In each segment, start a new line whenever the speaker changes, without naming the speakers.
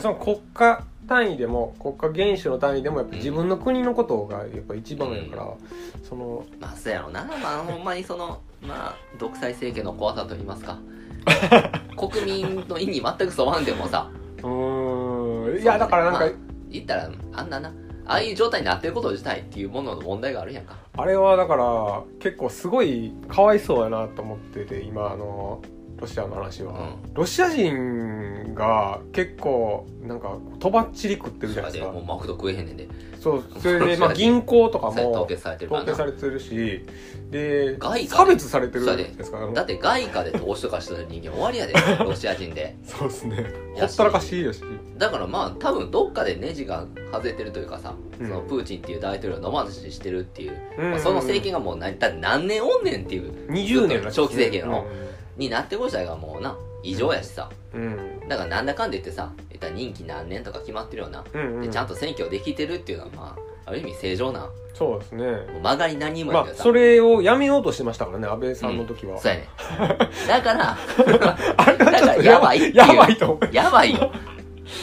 その国家単位でも国家元首の単位でもやっぱ自分の国のことがやっぱ一番やから、その
まあそうやろなまあほんまにそのまあ独裁政権の怖さと言いま すか国民の意に全くそわんでもさ
うーんいやだからなんか、
まあ言ったらあんななああいう状態になってること自体っていうものの問題があるやんか
あれはだから結構すごいかわいそうやなと思ってて今あのロシアの話は、
う
ロシア人が結構なんかとばっちり食ってるじゃないで
です
か
もうマクド食えへんねんで
そうそれ
ロシア
で
人
まあ銀行とか
そうや凍
も
結されてるか
統計
ら
さ
な
れてるしで
外貨で
差別されてるじ
そ
ゃ
う
な
や
い
で
ですかあの
だって外貨で投資とかしてる人間終 わりやでロシア人で
そうですね
い
ほ
や
ったらかしいよし
だからまあ多分どっかでネジが外れてるというかさ、
うん
そのプーチンっていう大統領のまずしてるっていう、
うん
まあその政権がもう何だって何年おんねんっていう
20年らしいですね
長期政権のになってこ自体がもうな異常やしさ
うんうん
だからなんだかんで言ってさ言ったら任期何年とか決まってるような
うんう
で
ん
ちゃんと選挙できてるっていうのはまあある意味正常なも
そうですね
う曲がり何も
ま
やけ
あ
どさ、
それをやめようとしてましたからね安倍さんの時は、
そうやねだから
あ れはちょっと
やばいっていう
やばいと思う
やばいよ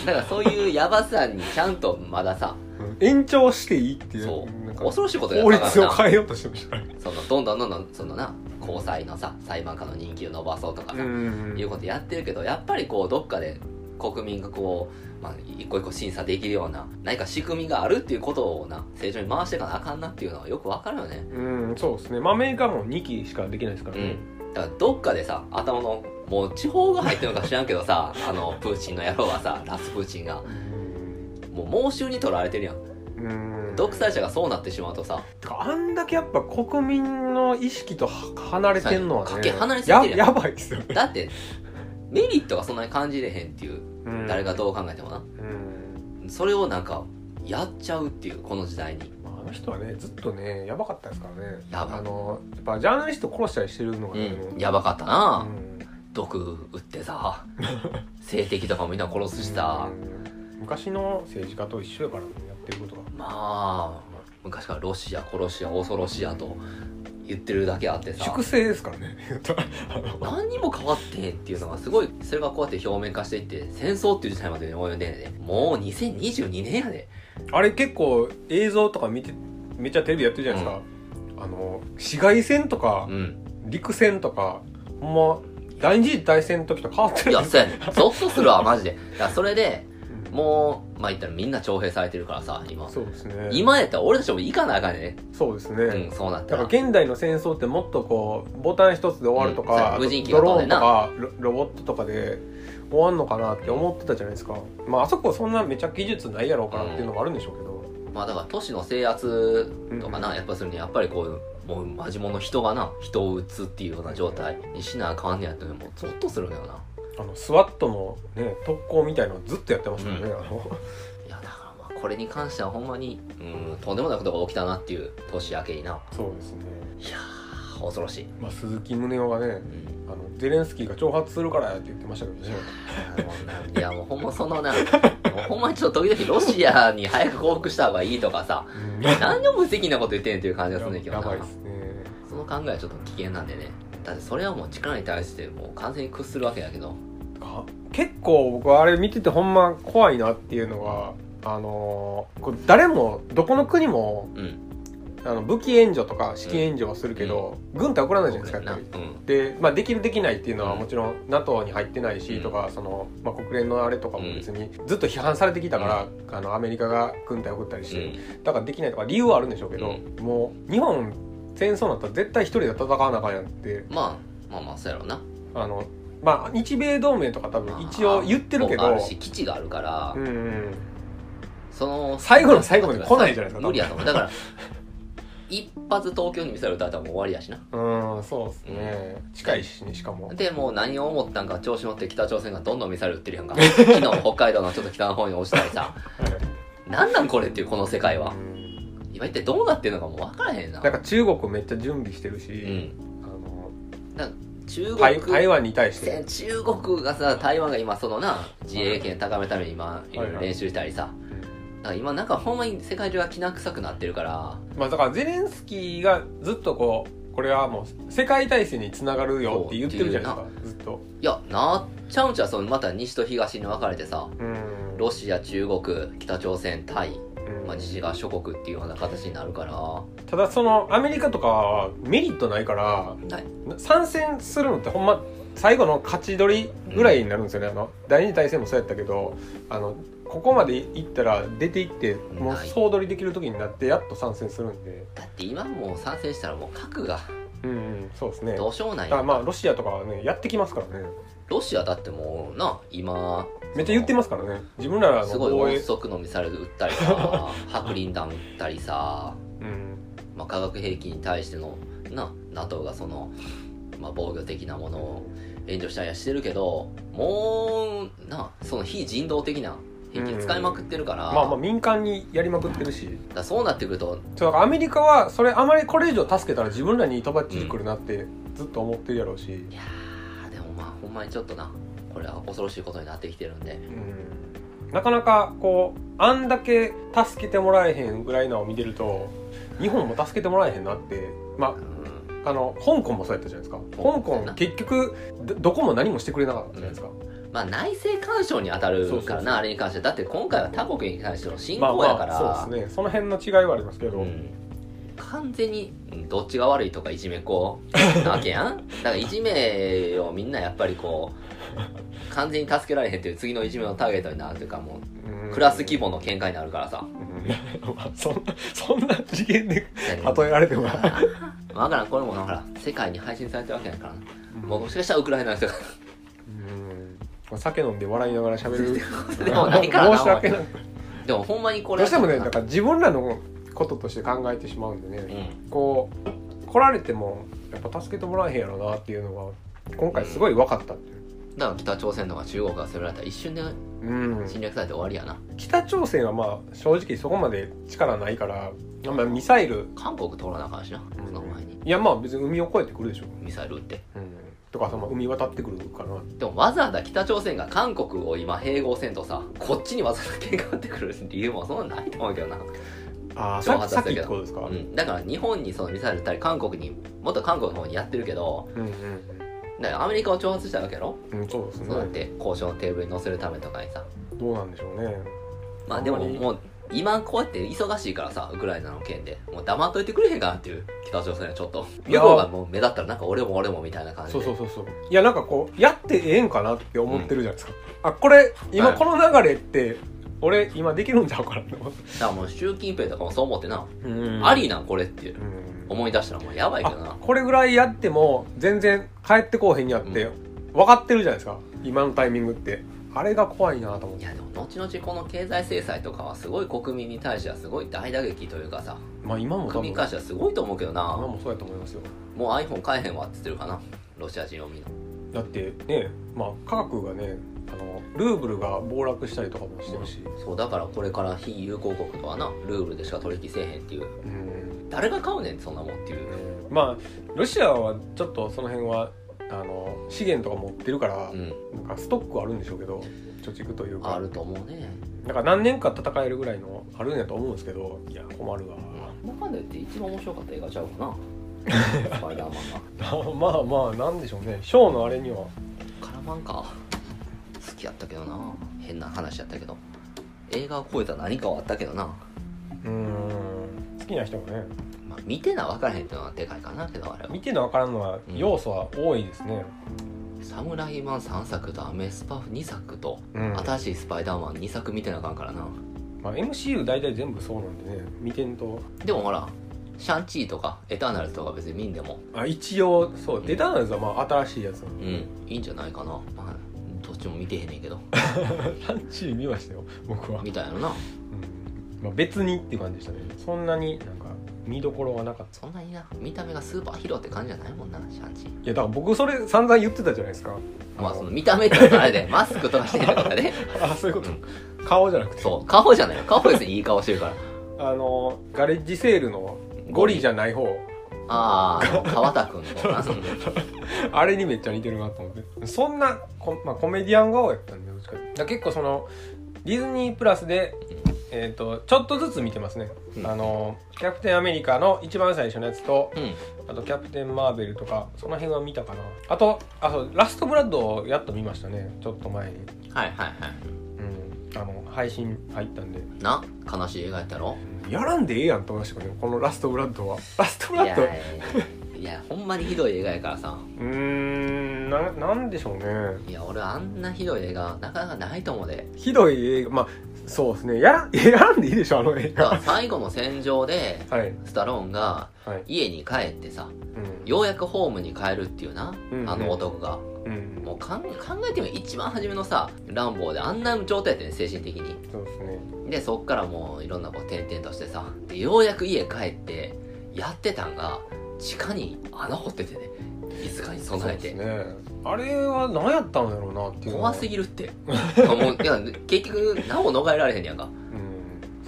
だからそういうやばさにちゃんとまださ
延長していいっていう
そ
なん
う
か
恐ろしいことや
法
った
律
から
を
な
変えようとしてましたね
そのどんどんどんどんそのな交際のさ裁判官の人気を伸ばそうとかさ、
ん
いうことやってるけどやっぱりこうどっかで国民がこう、まあ、一個一個審査できるような何か仕組みがあるっていうことをな正常に回していかなあかんなっていうのはよくわかるよね
うんそうですねまあアメリカも2期しかできないですから
う
ね、
んだからどっかでさ頭のもう地方が入ってるのか知らんけどさ あのプーチンの野郎はさラスプーチンがもう妄衆に取られてるやん
うんうん
独裁者がそうなってしまうとさ
てかあんだけやっぱ国民の意識とは離れてんのはね
かけ離れすぎてるやん
ややばいですよね、
だってメリットがそんなに感じれへんっていう
うん
誰がどう考えてもな
うん
それをなんかやっちゃうっていうこの時代に
まああの人はねずっとねやばかったですからね
やばい
あのやっぱジャーナリスト殺したりしてるのが
う
ね、
んやばかったな、
うん
毒打ってさ性的とかもみんな殺すしさ、
うん昔の政治家と一緒やからねやってることが
まあ昔からロシア殺し屋恐ろしやと言ってるだけあってさ
粛清ですからね あの
何にも変わってへんっていうのがすごいそれがこうやって表面化していって戦争っていう時代まで及んでんねんでもう2022年やで
あれ結構映像とか見てめっちゃテレビやってるじゃないですか、あの紫外線とか
うん
陸戦とかほんま第二次大戦の時と変わって
い
る
や
んです
そうやねんゾッとするわマジでだからそれで
うん
もうまあ言ったらみんな徴兵されてるからさ今
そうですね
今やったら俺たちも行かなあかんね
そうですね、
んねうんそうなった
だから
ら
現代の戦争ってもっとこうボタン一つで終わると
うんそう
か、
無人機が
ド
飛
ロ
ん
ー
で
ン
な
とかロロボットとかで終わんのかなって思ってたじゃないですか、まああそこそんなめちゃ技術ないやろうからっていうのもあるんでしょうけど、
まあだから都市の制圧とかな、
うん
やっぱそれにやっぱりこうもうマジモの人がな人を撃つっていうような状態にしなあかんねやってもうゾッとするのよな
あのスワットのね特攻みたいのずっとやってますからね、
う
あの
いやだからまあこれに関してはほんまにうんとんでもないことが起きたなっていう年明けにな
そうですね、
いやー恐ろしい、
まあ、鈴木宗男がね
うん、
あのゼレンスキーが挑発するからやって言ってましたけどね
いやもうほんまそのなもうほんまにちょっと時々ロシアに早く降伏した方がいいとかさ何でも無責任なこと言ってんねんっていう感じがするんだけど
や
な
ばいですね
その考えはちょっと危険なんでねだってそれはもう力に対してもう完全に屈するわけだけど
か結構僕はあれ見ててほんま怖いなっていうのがあのーこれ誰もどこの国も
うん
あの武器援助とか資金援助はするけど、軍隊送らないじゃないですかやっぱり。
うん
でまあ、できるできないっていうのは
うん
もちろん NATO に入ってないしとか、そのまあ、国連のあれとかも別にずっと批判されてきたから、あのアメリカが軍隊送ったりし
う
て、
ん
だからできないとか理由はあるんでしょうけど、もう日本戦争になったら絶対一人で戦わなあかんやんって
まあまあまあそうやろうな
あの、まあ、日米同盟とか多分一応言ってるけ
まああ
ど
る。し基地があるから、
うんうん
その
最後の最後まで来ないじゃないですか
無理やと思うだから一発東京にミサイル撃たれたらもう終わりやしな
うん、そうですね。近いしね、しかも。
でもう何を思ったんか調子乗って北朝鮮がどんどんミサイル撃ってる やんか昨日北海道のちょっと北の方に落ちたりさなんなんこれっていうこの世界
う
は
ん
今一体どうなってるのかもう分からへんな
なんか中国めっちゃ準備してる
う
し、
ん
あの
中
台
国
台湾に対して。
中国がさ台湾が今そのな自衛権高めるために今いろいろ練習したりさ、だから今なんかほんまに世界中がきな臭くなってるから
まあだからゼレンスキーがずっとこう、これはもう世界大戦につながるよって言ってるじゃないですか、ずっと。
いやなっちゃうんちゃうそのまた西と東に分かれてさ
うん。
ロシア中国北朝鮮タイ、
うん
まあ、自治が諸国っていうような形になるから
ただそのアメリカとかはメリットないから
ない
参戦するのってほんま最後の勝ち取りぐらいになるんですよね、あの第二次大戦もそうやったけどあのここまで行ったら出て行ってもう
ない
総取りできる時になってやっと参戦するんで
だって今もう参戦したらもう核が
うん、うん、そうですね
どうしようもな
だ
い
からまあロシアとかはねやってきますからね
ロシアだってもうな今
めっちゃ言ってますからね自分らの
すごい
防衛
音速のミサイル撃ったり さ白リン弾撃ったりさ、
うん
まあ、化学兵器に対してのな NATO がその、まあ、防御的なものを援助したりはしてるけどもうなその非人道的な兵器使いまくってるから,、
まあまあ民間にやりまくってるし
だからそうなってくると
そうだからアメリカはそれあまりこれ以上助けたら自分らにとばっちりくるなってずっと思ってるやろうし、
いやーでもまあほんまにちょっとなこれは恐ろしいことになってきてるんで
うんなかなかこうあんだけ助けてもらえへんぐらいのを見てると日本も助けてもらえへんなってま
うん
ああの香港もそうやったじゃないですか香港結局どどこも何もしてくれなかったじゃないですか、
まあ内政干渉に当たる
そう
か
そうそ
ら
う
なあれに関してだって今回は他国に対しての侵
まあ
攻やか
ま
ら、
あそうですねその辺の違いはありますけど、
うん完全にうんどっちが悪いとかいじめっ子なわけやんだからいじめをみんなやっぱりこう完全に助けられへんっていう次のいじめのターゲットになるというかも
うん
うクラス規模の喧嘩になるからさ
うんまあ そんなそんな次元で 例
と
えられても
わからんこれもなほら世界に配信されてるわけやからなもうもしかしたらウクライナの人が
うんまあ酒飲んで笑いながら喋る
でもないからな
申し訳ない
でもほんまにこれ
どうしてもね
な
だ
ん
から自分らのこととして考えてしまうんでね、
うん
こう来られてもやっぱ助けてもらえへんやろなっていうのが今回すごい分かったっていう、
だから北朝鮮とか中国が攻められたら一瞬で
うん、
侵略されて終わりやな
北朝鮮はまあ正直そこまで力ないから、まあ、ミサイル
韓国通らなあかんしなその前に
いやまあ別に海を越えてくるでしょ、
ミサイル撃って
うん、とかその海渡ってくるかな
でもわざわざ北朝鮮が韓国を今併合せんとさこっちにわざわざ喧嘩打ってくる理由もそんなないと思うけどな、
ああ
そう
さ
さっ
っ
き
き
言
って
ってこ
ことですか、う
うんん、だから日本にそのミサイル撃ったり韓国にもっと韓国の方にやってるけど
うん
だからアメリカを挑発したわけやろ、
うんうん、そうです
そうやっ
ね
て交渉のテーブルに乗せるためとかにさ
どうなんでしょうね
まあでも
ほんまに
もう今こうやって忙しいからさウクライナの件でもう黙っといてくれへんかなっていう北朝鮮はちょっと
いや
向こうがもう目立ったらなんか俺も俺もみたいな感じ
そ
で
うそうそうそういやなんかこうやってええんかなって思ってるじゃないですか、あこれ今
はい
この流れって俺今できるんちゃうかなって思って
だからもう習近平とかもそう思ってな、
うん
ありなんこれっていう
うん
思い出したらもうやばいけどな
あこれぐらいやっても全然帰ってこうへんやって、
う
分かってるじゃないですか今のタイミングってあれが怖いなと思っ
い
て
やでも後々この経済制裁とかはすごい国民に対してはすごい大打撃というかさ
まあ今も多
国
分
民
今
関してはすごいと思うけどなも
もそうやと思いますよ
う iPhone 買えへんわって言ってるかなロシア人をみんな
だってねまあ価格がねあのルーブルが暴落したりとかもしてるし、
そうだからこれから非友好国とはなルーブルでしか取引せえへんっていう
うん
誰が買うねんそんなもんっていう
まあロシアはちょっとその辺はあの資源とか持ってるから、
うん
なんかストックはあるんでしょうけど貯蓄というか
あると思うね
なんか何年か戦えるぐらいのあるんやと思うんですけどいや困るわ、
なんだかんだ言って一番面白かった映画ちゃうか なスパイダーマンが
まあまあなんでしょうねショーのあれには
カラマンか好きやったけどな変な話やったけど映画を超えた何かはあったけどな、
うん好きな人もね
まあ、見てな分からへんっていうのはでかいかなけどあれは
見てるの分からんのは
うん
要素は多いですね、
サムライマン3作とアメスパ2作と
うん
新しいスパイダーマン2作見てなあかんからな
まあ、MCU 大体全部そうなんでね見てんと
でもほらシャンチーとかエターナルズとか別に見んでも
あ一応そう、
うん
デターナルズはまあ新しいやつ なん
う
で
んいいんじゃないかな、まあ、どっちも見てへんねんけど
ランチ見ましたよ僕は、
みたいなな
うんまあ、別にっていう感じでしたねそんなになんか見どころはなかった
そんなにな見た目がスーパーヒーローって感じじゃないもんなシャンチー
いやだから僕それ散々言ってたじゃないですか
まあ
の
その見た目ってことはあ れでマスクとかしてるとかね
あそういうこと、顔じゃなくて
そう顔じゃないよ顔別にいい顔してるから
あのガレッジセールのゴリじゃない方
あああの川田君の 方な
あれにめっちゃ似てるなと思ってそんなこ、まあ、コメディアン顔やったんでどっちかっていうとだから結構そのディズニープラスで、えー、とちょっとずつ見てますね、
うん
あのキャプテンアメリカの一番最初のやつと
うん
あとキャプテンマーベルとかその辺は見たかなあとあそうラストブラッドをやっと見ましたねちょっと前に
はいはいはい
うんあの配信入ったんで
な悲しい映画やったろ
やらんでええやんと思いましたけどねこの「ラストブラッドは」ラスト
い
ブラッ
やい
ド
やいやほんまにひどい映画やからさ
うーんななんでしょうね
いや俺あんなひどい映画なかなかないと思 うで
ひどい映画まあそうですねやら やらんでいいでしょあの映
だ
画
から最後の戦場で
はい
スタローンが
はい、
家に帰ってさ
うん、
ようやくホームに帰るっていうな、
うんうん
あの男が
うん
もうかん考えてみる一番初めのさランボーであんな状態やってね精神的に
そうですね
でそっからもういろんなこう転々としてさでようやく家帰ってやってたんが地下に穴掘っててねいつかに備えて、
そうですねあれは何やったんだろうなっていうのは
怖すぎるってもういや結局何も逃れられへんやんか
うん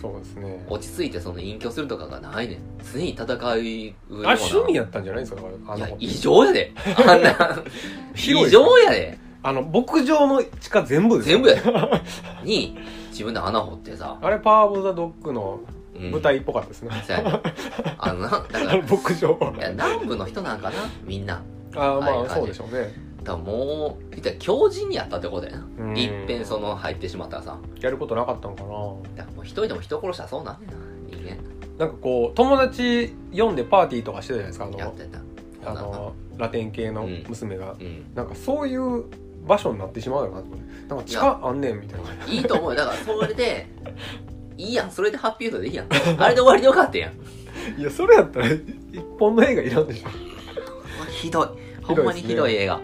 そうですね
落ち着いてその隠居するとかがないねん常に戦い上の
あれ趣味やったんじゃないですかあ
いや
の
異常やであんな
広い
異常やで
あの牧場の地下全部ですよ
全部やでに自分で穴掘ってさ、
あれパワー・オブ・ザ・ドッグの
うん
舞台っぽかったですね、
そうやねあのなだか
あ
ら
の
い
牧場あ
や南部の人なんかなみんな
あま
はい
あそうでしょうね
だからもういったら強靭にやったってことや
う
なんいっぺんその入ってしまったらさ
やることなかったのか
だからもう一人でも人殺したらそうなんねんな人
ななんかこう友達読んでパーティーとかしてたじゃないですかあ
間や
の
ってた
あのラテン系の娘が、
うん
なんかそういう場所になってしまうよなと思ってなんか地下あんねんみたいない
いと思うよだからそれでいいやんそれでハッピーエンドでいいやんあれで終わりでよかったやん
いやそれやったら一本の映画いらんでしょ
ひどいほんまにひどい映画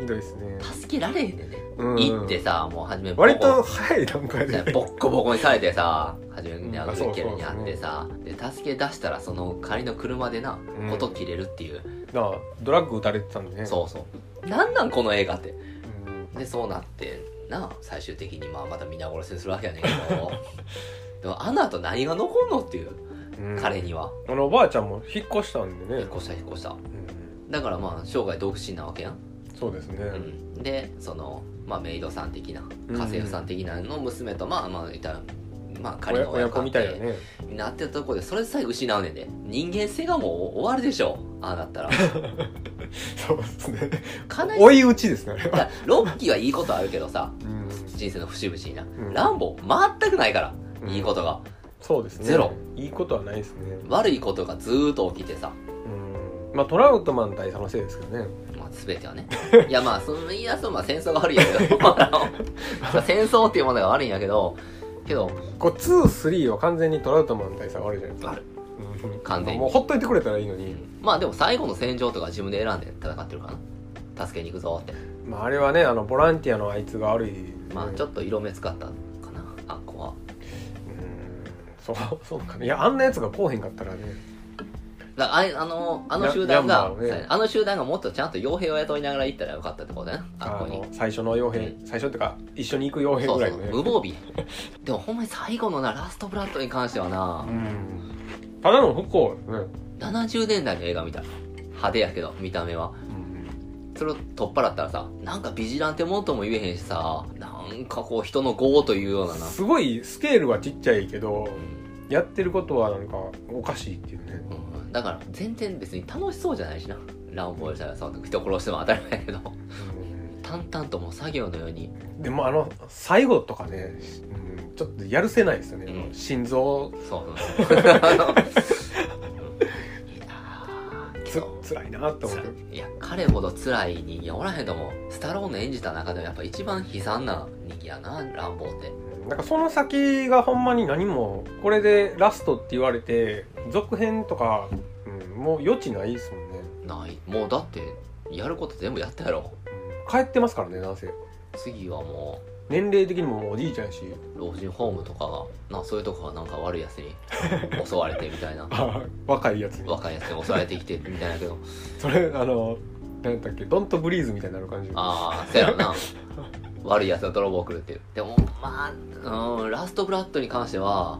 ひどいですね
助けられへんねんね
うん
行ってさもう初めボコ
割と早い段階で
ボッコボコにされてさ初めに
う
あ
ん
の
あそう
ケルにあってさで助け出したらその仮の車でな
うん
音切れるっていう、
なあドラッグ打たれてたんでね
そうそうなんなんこの映画って
うん
でそうなってな最終的にまあまた皆殺しにするわけやねんけ どでもあの後何が残んのっていう
うん
彼には
あのおばあちゃんも引っ越したんでね
引っ越した引っ越した
うん
だからまあ生涯独身なわけやん、
そうですね
うん、でその、まあ、メイドさん的な家政婦さん的なの娘とまあまあいたらまあ仮
親
の
親
親
子
子
み
み
た
た
い
い
な
な
ね
なってたとこでそれさえ失うねんで人間性がもう終わるでしょああ なったら
そうですね
かな り
追い打ちですねあれ
い
は
やロッキーはいいことあるけどさ
うん
人生の節々にな、
ん
ランボー全くないから、
うん
いいことが
そうですね
ゼロ
いいことはないですね
悪いことがずーっと起きてさ、
うんまあトラウトマン大佐のせいですけどね
まあ、全て はねいやまあその言いやすまあ戦争が悪いんやけど あの戦争っていうものが悪いんやけどけど
こう23は完全にトラウトマン大佐が悪いじゃないですか
悪
うん
完全に
もうほっといてくれたらいいのに
まあでも最後の戦場とか自分で選んで戦ってるからな助けに行くぞって
まああれはねあのボランティアのあいつが悪い
まあちょ
と
っと色目使ったかなあっこは
そうそうかねいやあんなやつがこうへんかったらね
だあいあのあの集
ヤ
団が
ヤンマーを、ね
そうやねあの集団がもっとちゃんと傭兵を雇いながら行ったらよかったってことだなあっ
あ
こに
の最初の傭兵、
う
最初っていうか一緒に行く傭兵
そ
ぐ
う
ら
そ
いの
う
ね
無防備でもほんまに最後のなラストブラッドに関してはな、
うんただの不幸ですね、
70年代の映画みたい派手やけど見た目はそれを取っ払ったらさなんかビジランテもんとも言えへんしさなんかこう人の業というようなな、
すごいスケールはちっちゃいけど
うん
やってることはなんかおかしいっていうね
うんだから全然別に楽しそうじゃないしな乱暴したらさ人殺しても当たり前やけど 淡々ともう作業のように
でもあの最後とかね、うん、ちょっとやるせないですよね、
うん
心臓
そうそう あのいやーけ
つ
ど
辛いなと思っ
辛
て
いいや彼ほど辛い人間おらへんと思うスタローンの演じた中でもやっぱ一番悲惨な人間やなランボーって
なんかその先がほんまに何もこれでラストって言われて続編とか、うん、もう余地ないですもんね、
ないもうだってやること全部やったやろ
うん帰ってますからねなんせ
次はも
年齢的にももうおじいちゃんやし
う老人ホームとかがなそういうとこがなんか悪いやつに襲われてみた いな
あ若いやつに
若いやつに襲われてきてみたいなけど
それあの何だっけドントブリーズみたいになる感じ
ああせやろな悪いやつが泥棒来るっていうでもまあうんラストブラッドに関しては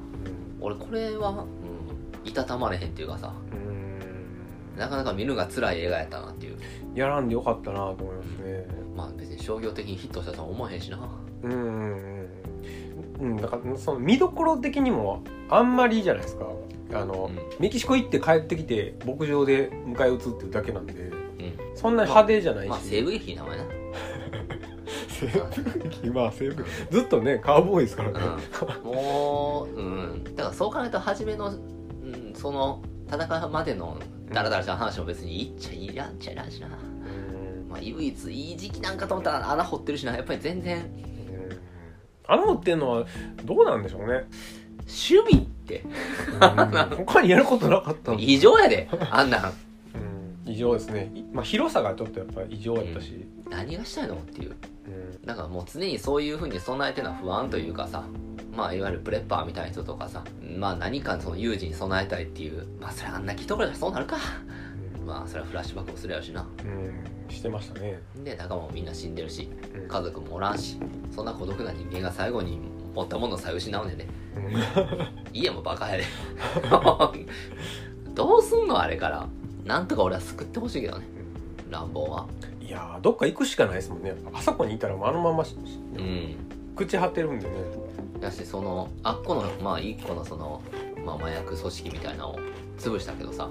俺これは、うん、いたたまれへんっていうかさ
うん
なかなか見るが辛い映画やったなっていう
やらんでよかったなと思いますね
まあ別に商業的にヒットしたとは思わへんしな
うんうんうんうんだからその見どころ的にもあんまりじゃないですかあの、
うん
メキシコ行って帰ってきて牧場で迎え撃つっていうだけなんで
うん
そんなに派手じゃないし、
まあ西部劇な名前な
西部 劇まあ西部劇ずっとねカーボーイですからね、
もう、うん、だからそう考えると初めの、うん、その戦うまでのダラダラした話も別にいっちゃいらんちゃいらんしな、まあ、唯一いい時期なんかと思ったら穴掘ってるしなやっぱり全然
あのっていうのはどうなんでしょうね、
守備って
他にやることなかったの、
異常やであんなん
うん、異常ですね、いまあ、広さがちょっとやっぱり異常やったし、
何がしたいのっていう
うん
なんかもう常にそういうふうに備えてのは不安というかさまあいわゆるプレッパーみたいな人とかさまあ何かその有事に備えたいっていうまあそれあんな聞いところじゃそうなるかまあそれはフラッシュバックもするやろしな
うん、してましたね、
で仲間もみんな死んでるし
うん
家族もおらんしそんな孤独な人間が最後に持ったものをさえ失うねんで家もバカやで どうすんのあれからなんとか俺は救ってほしいけどね乱暴は
うんいやーどっか行くしかないですもんねあそこにいたらもうあのままし
うん
朽ち果てるんでね
だしそのあっこのまあ一個のその、まあ、麻薬組織みたいなのを潰したけどさ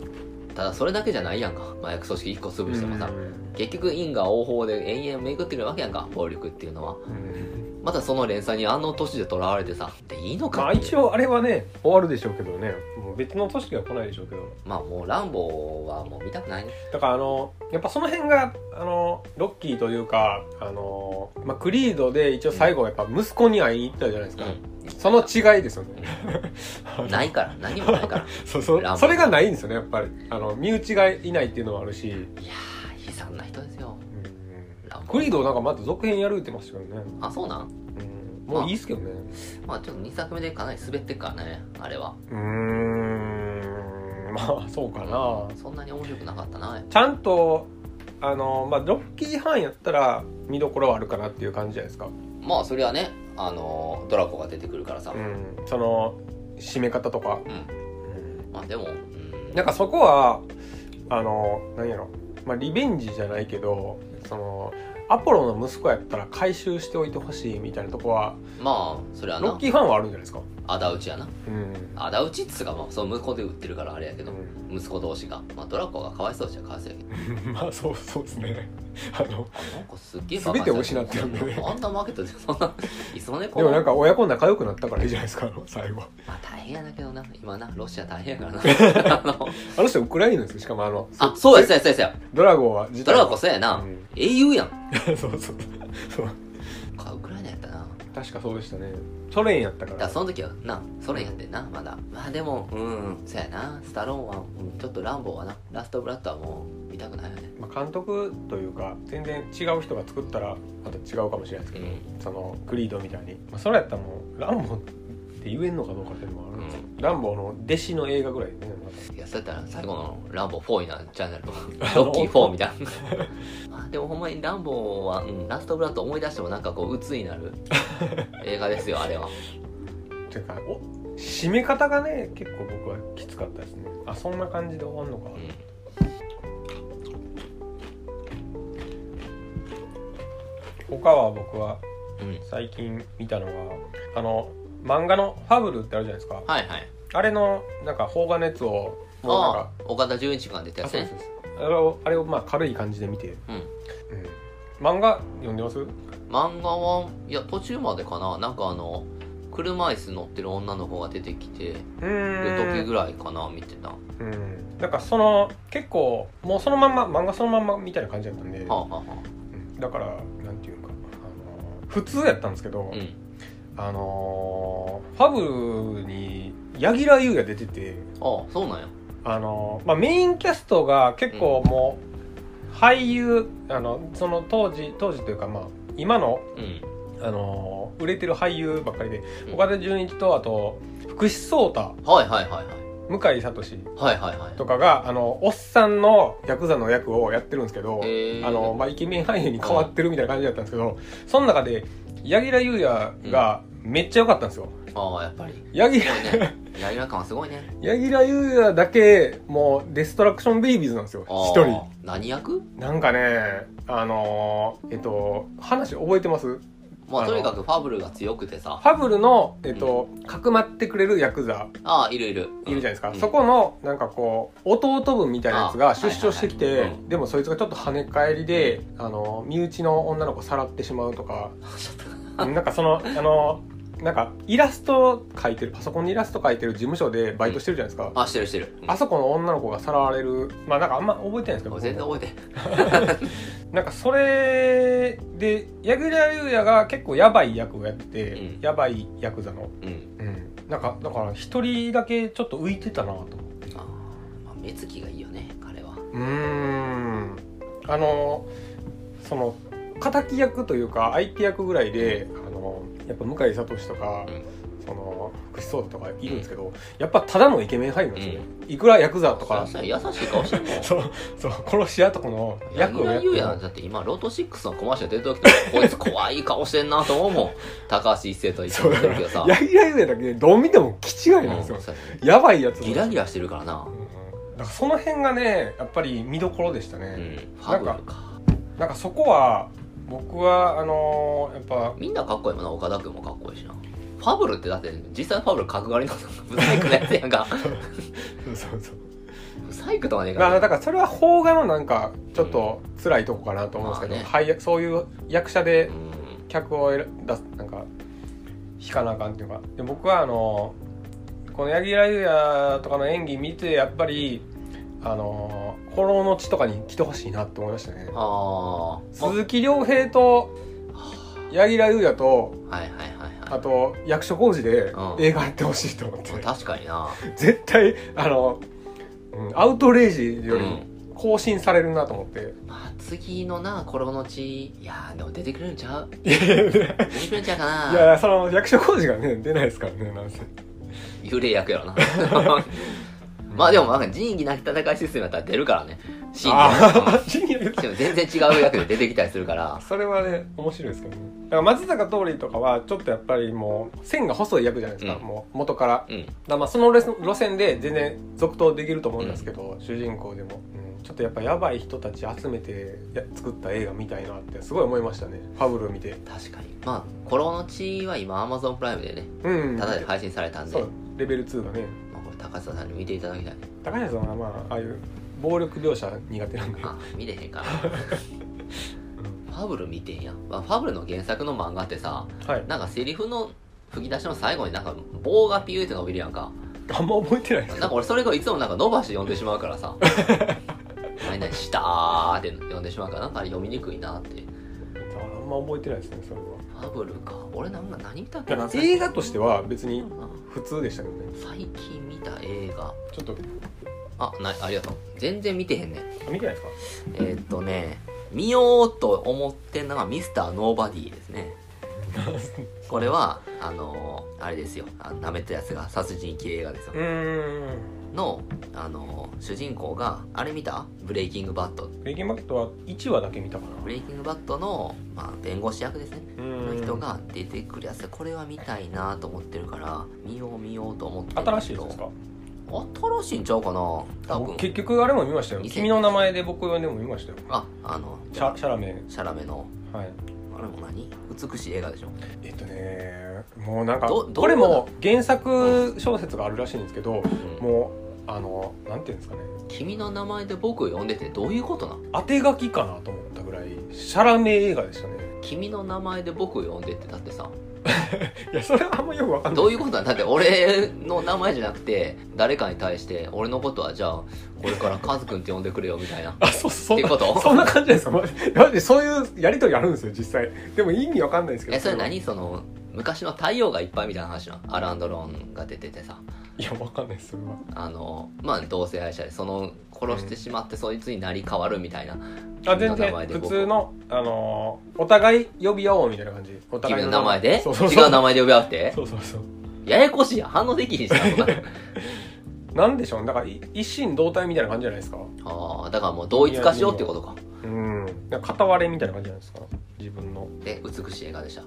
ただそれだけじゃないやんか麻薬組織一個潰してもさ、
うん
結局因果応報で延々巡ってくるわけやんか暴力っていうのは
うん
またその連載にあの年でとらわれてさでいいの
ま
か
あ
っていう
一応あれはね終わるでしょうけどねもう別の組織は来ないでしょうけど
まあもう乱暴はもう見たくないね
だからあのやっぱその辺があのロッキーというかあの、まあ、クリードで一応最後やっぱ息子に会いに行ったじゃないですか、
うん
その違いですよねあの
ないから何もない から
そうそ
ラン
う
ボ
それがないんですよねやっぱりあの身内がいないっていうのもあるし、
いやー悲惨な人ですよランボ
クリードなんかまた続編やるってますけどね、
あそうなん
うんもういいっすけどね
まあちょっと2作目でかなり滑ってっからねあれは
うーんまあそうかな
そんなに面白くなかったな
ちゃんとあのまあロッキー班やったら見どころはあるかなっていう感じじゃないですか
まあそれはねあのードラコが出てくるからさ、
うん、その締め方とか、うん
まあでも、うん、
なんかそこはあの何やろ、まあ、リベンジじゃないけどそのアポロの息子やったら回収しておいてほしいみたいなとこは
まあそれは
ロ
な
ッキーファンはあるんじゃないですか
あだ討ちや
う
な
ん、
あだ討ちっつうかまあその向こうで売ってるからあれやけ
う
ど、
ん
息子同士が、まあ、ドラコがかわいそうじゃかわいそうやけ ど
まあそうそうですね あの
なんかすっげえ
全てを失ってるんでね
あんなマーケットでそんない つのねこ
でもなんか親子仲良くなったからいいじゃないですかあの最後
まあ大変やだけどな今なロシア大変やからなあの
あの人ウクライナですよしかもあの
あそうやそうやそうやそうや
ドラゴンは自
ドラコそうやな、
うん
英雄やん
そうそうそう
かウクライナやったな
確かそうでしたねソ連やったか
だ
ら
からその時はなソ連やってんなまだまあでもうんそうやなスタローンは、うん、ちょっとランボーはなラストブラッドはもう見たくないよね
まあ、監督というか全然違う人が作ったらまた違うかもしれないですけど、
う
そのクリードみたいに、まあ、それやったらもうランボーって言えんのかどうかっていうのもあるんですよ、ランボーの弟子の映画ぐらいですね、
いやそうやったら最後のランボー4になっちゃうんだろ ロッキー4みたいなあでもほんまにランボーは、うん、ラストブラッド思い出してもなんかこう鬱 になる映画ですよあれは
まあというかお締め方がね結構僕はきつかったですねあそんな感じで終わるのか、他は僕は
うん、うん、
最近見たのはあの漫画の「ファブル」ってあるじゃないですか
はいはい
あれのなんか邦画のやつをもうなん
あ
か
あ岡田准一君が出た
あ
やつ
そうで
ね
すそうですあれをあれをまあ軽い感じで見て、
うん
うん、漫画読んでます
漫画はいや途中までかななんかあの車椅子乗ってる女の子が出てきて
う
る時ぐ
ん
らいかな見てたは
うんなんかその結構もうそのまんま漫画そのまんまみたいな感じだったんで、
あ、はあは
うんだからなんていうかあの普通やったんですけど、
あ、うん
あのーファブルに柳楽優が出てて
ああそうなんや
あのーまあ、メインキャストが結構もう俳優あのその当時当時というかまあ今の
うん
あのー売れてる俳優ばっかりで
うん
岡田准一とあと福士蒼汰
はいはいはいはい
向井聡
はいはいはい
とかがあのおっさんのヤクザの役をやってるんですけど
へー
あの、まあ、イケメン俳優に変わってるみたいな感じだったんですけどその中で柳楽優弥がめっちゃ良かったんですよ。
ああやっぱり
柳
す
楽
ごいねやりら感すごいね
柳楽優弥だけもうデストラクションベイビーズなんですよ
ああ
一人
何役
なんかねあのーえっと話覚えてます
まあ
あの
とにかくファブルが強くてさ
ファブルの、えっと、かくまってくれるヤクザ
ああいるいる
いるじゃないですか、
うん
そこのなんかこう弟分みたいなやつ
あ
が出所してきて、
はいはいはいうん
でもそいつがちょっと跳ね返りであの身内の女の子さらってしまうとかなんかそのあのなんかイラスト描いてるパソコンにイラスト描いてる事務所でバイトしてるじゃないですか、
あしてるしてる、うん
あそこの女の子がさらわれるまあなんかあんま覚えてないんですけど
もう
僕
全然覚えてない
なんかそれで柳楽優弥が結構やばい役をやってて、
うん
やばいヤクザの、
うん
うん、なんかだから一人だけちょっと浮いてたなと思って。
あー、まあ、目つきがいいよね彼は
うーんあのその敵役というか相手役ぐらいであのやっぱ向井聡とか、
うん
その福士蒼汰とかいるんですけど、やっぱただのイケメン俳優なんですよね、いくらヤクザとか
そりゃそう優しい顔してるもん
そうそう殺し屋とこの役
役
をやっ
が
て
言うやん
る
だって今ロート6のコマーシャル出てる時ってこいつ怖い顔してんなと思う もん高橋一生と一緒
そう
に
だ
出
か
て
ら
るけどさ
柳楽優弥だけどう見ても気違いなんですよ、
うんそうやね
やばいやつなんで
ギ
すよ
ラギラしてるからな
うんだからその辺がねやっぱり見どころでした
う
ね、
んファブルか
なんかそこは僕はあのやっぱ
みんなかっこいいもんな岡田君もかっこいいしなファブルってだって実際ファブル角刈りのブサイクのやつやんか
そうそうそう
ブサイクとはねえか
ま
ら
あ、だからそれは邦画のなんかちょっと辛いとこかなと思うんですけど、
まあね
配役そういう役者で
うん
客を選出すなんか引かなあかんっていうかで僕はあのこの柳楽優弥とかの演技見てやっぱりあの「古老の地」とかに来てほしいなって思いましたね
あー
鈴木亮平と柳楽優弥と
まあはいはいはい
あ
は
と役所広司で
うん
映画やってほしいと思って
い確かにな
絶対あの、うんアウトレイジよ
う
り
ん
更新されるなと思って、
まあ次のなこの地いやーでも出てくれるんちゃう
いやいやい
出てくれるんちゃうかな
やいやその役所工事がね出ないですからねなんせ
幽霊役やろな まあでもなんか仁義なき戦いシステムやったら出るからねシーン
ああジュニア言っ
で
た
でも全然違う役で出てきたりするから
それはね面白いですけどねだから松坂桃李とかはちょっとやっぱりもう線が細い役じゃないですか、
うん
もう元からだか
うん
らまあそのレス路線で全然続投できると思うんですけど、主人公でも、うんちょっとやっぱやばい人たち集めてや作った映画みたいなってすごい思いましたねファブルを見て
確かにまあ「コロの地」は今 Amazon プライムでね
うん
ただで配信されたんで、
そうレベル2がね
まあ、これ高橋さんに見ていただき たい
高橋さんはまあああいう暴力描写苦手なんで
あ見れへんかなファブル見てんや、まあ、ファブルの原作の漫画ってさ
はい
なんかセリフの吹き出しの最後になんか棒がピューって伸びるやんか
あんま覚えてないです
なんか俺それがいつもなんか伸ばして読んでしまうか らさ何々したーって読んでしまうからなんか読みにくいなって
あんま覚えてないですねそれは
ファブルか俺なんか何見たっ
い
け
や
な
映画としては別に
うん
普通でしたけどね
最近見た映画
ちょっと
あないありがとう全然見てへんねん
見てないですか
えーっとね見ようと思ってんのがミスターノーバディです ねこれはあのーあれですよあの舐めたやつが殺人鬼映画ですよ
うーん
の、あのー主人公があれ見たブレイキングバット
「ブレイキングバット」は1話だけ見たかな
ブレイキングバットの、まあ、弁護士役ですね
う
の
ーん
人が出てくるやつでこれは見たいなと思ってるから見よう見ようと思ってんだ
新しい
け
やつ
ど
ですか
新しいんちゃうかな多
僕
分
結局あれも見ましたよ「
2000
君の名前で僕呼んでも見ましたよ
ああの
シャシャラメン
シャラメの
はい
あれも何美しい映画でしょ
えっとねもうなんか
どどう
これも原作小説があるらしいんですけど
もう
もうあのなんていうんですかね
君の名前で僕を呼んでてどういうことなの
当て書きかなと思ったぐらいシャラメン映画でしたね
君の名前で僕を呼んでってだってさ
いやそれはあんまよくわかんない
どういうことなのだって俺の名前じゃなくて誰かに対して俺のことはじゃあこれからカズくんって呼んでくれよみたいな
あ、そう、そんな
っていうこと
そんな感じじゃないですか。マジマジでそういうやりとりあるんですよ、実際。でも意味わかんないですけど。
えそれ何その昔の太陽がいっぱいみたいな話なのアランドロンが出ててさ
いや、わかんないです、それは。
あのまあ同性愛者でその殺してしまってそいつになり変わるみたいな
あ、全
君の名前
然、
で
普
僕
通の、あのーお互い呼び合おうみたいな感じ。お
君
互い
の名前で
そうそう
違
そうう。
名前で呼び合って
そうそうそう。
ややこしいやん反応できひんしなそ んな
なんでしょうねだから、い一心同体みたいな感じじゃないですか。
ああだからもう同一化しようってことか
うん。なんか片割れみたいな感じじゃないですか。自分の。
で美しい映画でした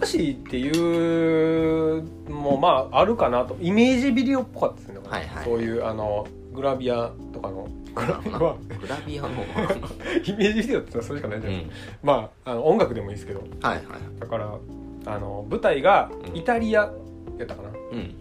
美しいっていう、もまあ、あるかなと。イメージビデオっぽかったですね。
はいはい
そういう、あの、グラビアとかのグラビアは
グラビアの
イメージビデオってのはそれしかないじ
う
ゃないで
ん
すか、まああの音楽でもいいですけど
はいはい
だからあの舞台が
うん
イタリアやったかな、
うん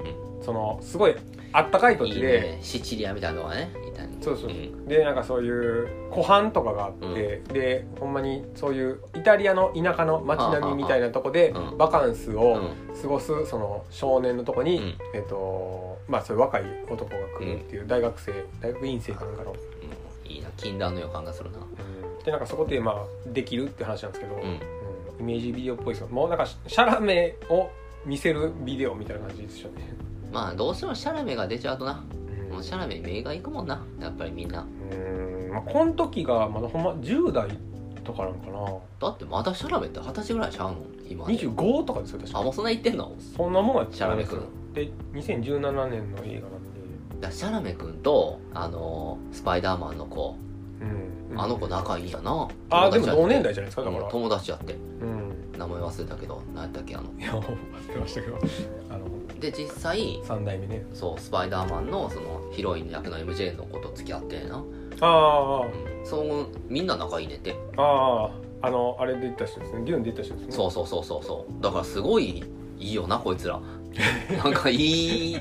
そのすごいあったかい
うん
土
い
地
い
で
ねシチリアみたいなのがねみたいな
そうそうそうんでなんかそういう湖畔とかがあって、でほんまにそういうイタリアの田舎の街並みみたいなとこで
はあはあうん
バカンス
う
を
ん
過ごすその少年のとこに、
うん
えっ、とまあそういう若い男が来るっていう大学生大学院生かなんかの、
いいな禁断の予感がするな
うんでなんかそこでまあできるって話なんですけど、
う
うん
ん
イメージビデオっぽいですよもうなんかシャラメを見せるビデオみたいな感じですよね、
まあどうしてもシャラメが出ちゃうとな
うん
もうシャラメに目がいくもんなやっぱりみんな
うんまあ、この時がまだほんま10代とかなのかな
だってまだシャラメって二十歳ぐらいちゃうの今
25とかですよ確か
あもうそんな言ってんの
そんなもんは
シャラメ君
で2017年の映画なんで、
だシャラメ君とあのースパイダーマンの子
うん
あの子仲いいやな
あで
友
も
達やって
同年代じゃないですかだか
う
ら
ん友達やって
うん
名前忘れたけど何やったっけあの
いや忘れましたけど あの
で実際
3代目ね
そうスパイダーマンのそのヒロイン役の MJ の子と付き合ってんな、うん、
あ
そうみんな仲いいねって、
ああああのあれで言った人ですねデューンで言った人ですね
そうそうそうそうそうだからすごいいいよなこい つらなんかいい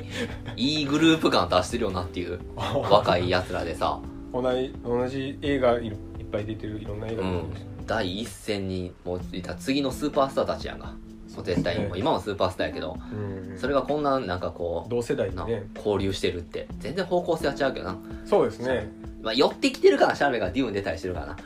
いいグループ感出してるよなっていう 若いやつらでさ
同じ同じ映画いいっぱい出てるいろんな映画出てるし
第一線にもういた次のスーパースターたちやんかもう絶対にもう今もスーパースターやけど
うん
それがこんななんかこ
同世代
う
で
な
ね
交流してるって全然方向性は違うけどな、
そうですね
まあ、寄ってきてるからシャーベがデューン出たりしてるからな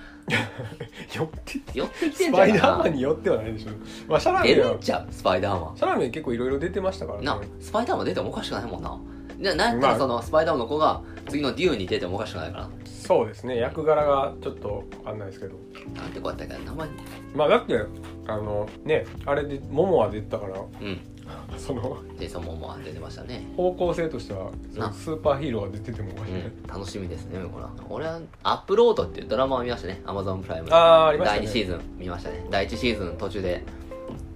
寄って
寄ってきて
ス
んじゃ
パイ
ん
ダーマ
か
ンに寄ってはないでしょまあシャラ
出
メ
る
は
んちゃうスパイダーマン
シャラメ結構いろいろ出てましたからね
なスパイダーマン出てもおかしくないもんなななんやった
ま
ら
あ
そのスパイダーマンの子が次のデューンに出てもおかしくないから
そうですね役柄がちょっと分かんないですけど
なんてこうやったっけ名前
まあだってあのねあれで「モモは出てたから
うん
その
ジェイソン・モモア出てましたね
方向性としては
な
スーパーヒーローが出ててもおかしく
う
ない、
ん楽しみですねこれは俺はアップロードっていうドラマを見ましたねアマゾンプライム
ああありました
第
ね
2シーズン見ましたね第1シーズン途中で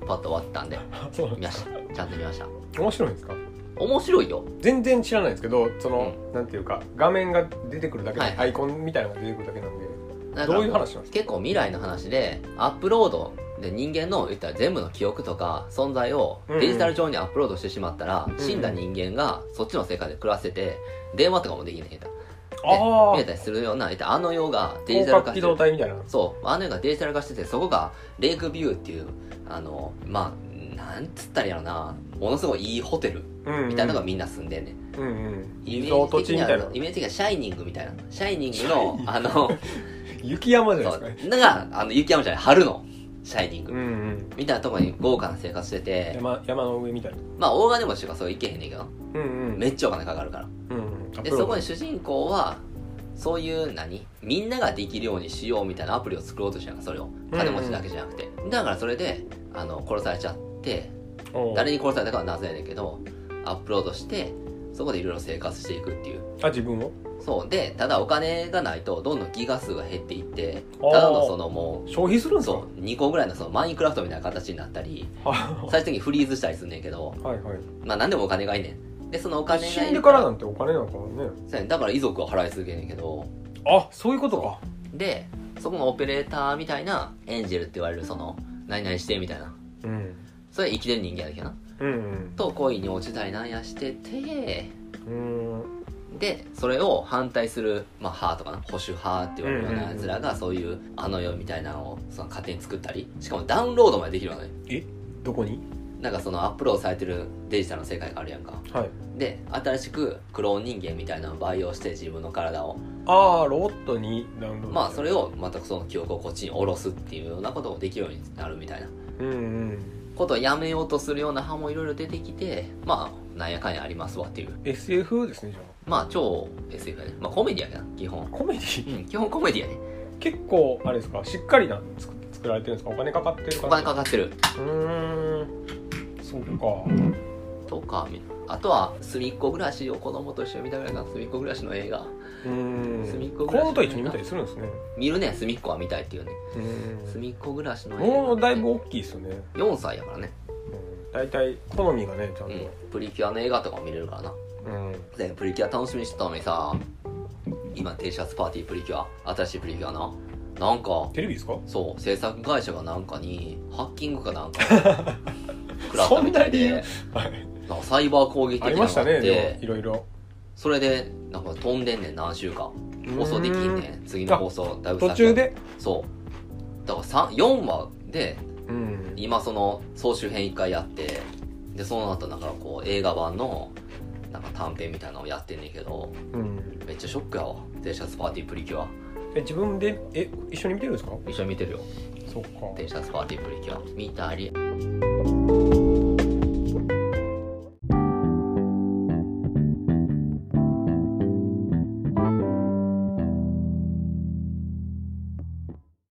パッと終わったんで
そうなん
見
で
ますし
か
たちゃんと見ました
面白いんですか
面白いよ
全然知らないんですけどその、
う
なんていうか画面が出てくるだけで、
はい
アイコンみたいなのが出てくるだけなんで
だから
どういう話なんですか
結構未来の話でアップロードで人間の言ったら全部の記憶とか存在を
うんうん
デジタル上にアップロードしてしまったら、
ん
死んだ人間がそっちの世界で暮らせて電話とかもできないみたい
あ
な見え
あ
たりするような言ったらあの世がデジ
広
タル
角
化し
機
てる
動隊みたいな
そうあの世がデジタル化しててそこがレイクビューっていうあのまあなんつったらいいやろなものすごいいいホテルみたいなのがみんな住んでんねん、
うんうん
イ
リ
メ
ゾー
ー
ト地
ジ的
み
には
たいな
イメージ的にはシャイニングみたいなシャイニングのあの
雪山じゃな
そ
いですかね
う。だから、あの、雪山じゃない、春の、シャイニン
う
グ。
んうん
みたいなとこに豪華な生活してて、
山山の上みたいな
まあ、大金持ちとかそういけへんねんけど、
うんうん
めっちゃお金かかるから。
うんうん
で、そこ
に
に主人公は、そういう何みんなができるようにしようみたいなアプリを作ろうとしてるからそれを金持ちだけじゃなくて、だからそれであの殺されちゃって誰に殺されたかはなぜやねんけどアップロードしてそこでいろいろ生活していくっていう
あ自分を
そうでただお金がないとどんどんギガ数が減っていって
あー
ただのそのもう
消費するんです か
そう2個ぐらいのそのマインクラフトみたいな形になったり
あ
最終的にフリーズしたりすんねんけど
はいはい
まあ何でもお金がいいねんでそのお金が
死
い
ん
る
でからなんてお金なんかもね
そうやねんだから遺族は払い続けんねんけど
あそういうことか
でそこのオペレーターみたいなエンジェルって言われるその何々してみたいな
うん
それ生きてる人間やけどな
うん
と恋に落ちたりなんやしてて
うんう
でそれを反対する、まあ、派とかな保守派って言われるようなやつらがそういうあの世みたいなのをその勝手に作ったりしかもダウンロードまでできるわけね
えどこに
なんかそのアップロードされてるデジタルの世界があるやんか
はい
で新しくクローン人間みたいなのを培養して自分の体を
ああロボットにダウンロード
まあそれを全くその記憶をこっちに下ろすっていうようなこともできるようになるみたいな
うんうん
ことをやめようとするような派もいろいろ出てきてまあなんやかんやありますわっていう
SF ですねじゃ
まあ超 SF やねまあコメディやけどな基本
あコメデ
う
ィ
ん基本コメディやね
結構あれですかしっかりな作作られてるんですかお金かかってる
お
感
金かかってる
じうーんそうか
とかあとは隅っこ暮らしを子供と一緒に見たぐらいかな隅っこ暮らしの映画
うん
隅っこ
子
暮らし
供と一緒に見たりするんですね
見るね隅っこは見たいっていうね
うん
隅っこ暮らしの映画、ね、
もうだいぶ大きいですよね
4歳やからね
うん大体好みがねちゃん
う
と
ん、プリキュアの映画とかも見れるからな
うん
でプリキュア楽しみにしてたのにさ今 T シャツパーティープリキュア新しいプリキュアななんか
テレビですか
そう制作会社がなんかにハッキングかな んか食らったみた
そ
い
ん
で
な はい
なんかサイバー攻撃
あ
的
り
なの
まし
があ
た
っ
ねで
て
もいろいろ
それでなんか飛んでんねん何週間放送できんねん次の放送だい
うん
ぶ
途中で
そうだからさん4話で
うん
今その総集編1回やってでその後なんかこう映画版のなんか短編みたいなのをやってんねんけど
うん
めっちゃショックやわ T シャツパーティープリキュア
え自分でえ一緒に見てるんですか
一緒に見てるよ
そっか
T シャツパーティープリキュア見たり
「